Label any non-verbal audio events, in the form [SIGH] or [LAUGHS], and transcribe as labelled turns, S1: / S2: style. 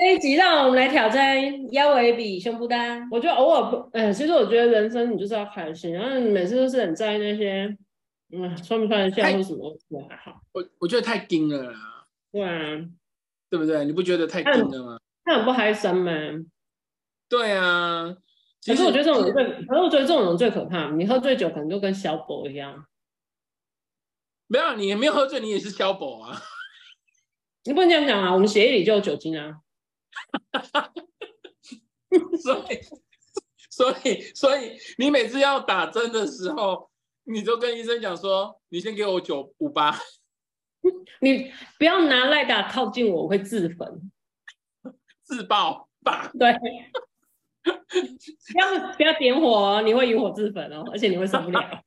S1: 一集让我们来挑战腰围比胸部大。
S2: 我觉得偶尔不，嗯，其实我觉得人生你就是要开心，然后你每次都是很在意那些，嗯，穿不穿得下
S3: 太
S2: 或什么，我还好。
S3: 我我觉得太硬了啦，
S2: 对啊，
S3: 对不对？你不觉得太硬了吗？
S2: 那很不开心嘛。
S3: 对啊，
S2: 其
S3: 其
S2: 实
S3: 实
S2: 我觉得这种
S3: 其
S2: 人
S3: 实
S2: 最，可是我觉得这种人最可怕。你喝醉酒可能就跟小狗一样，
S3: 没有你没有喝醉，你也是消保啊。 [LAUGHS]
S2: 你不能这样讲啊。我们协议里就有酒精啊。
S3: [LAUGHS] 所以，所以， [LAUGHS] 所以你每次要打针的时候，你就跟医生讲说：“你先给我九五八。
S2: 你不要拿赖打靠近我，我会自焚。”
S3: 自爆吧，
S2: 对，不要不要点火哦，你会引火自焚哦，而且你会受不了。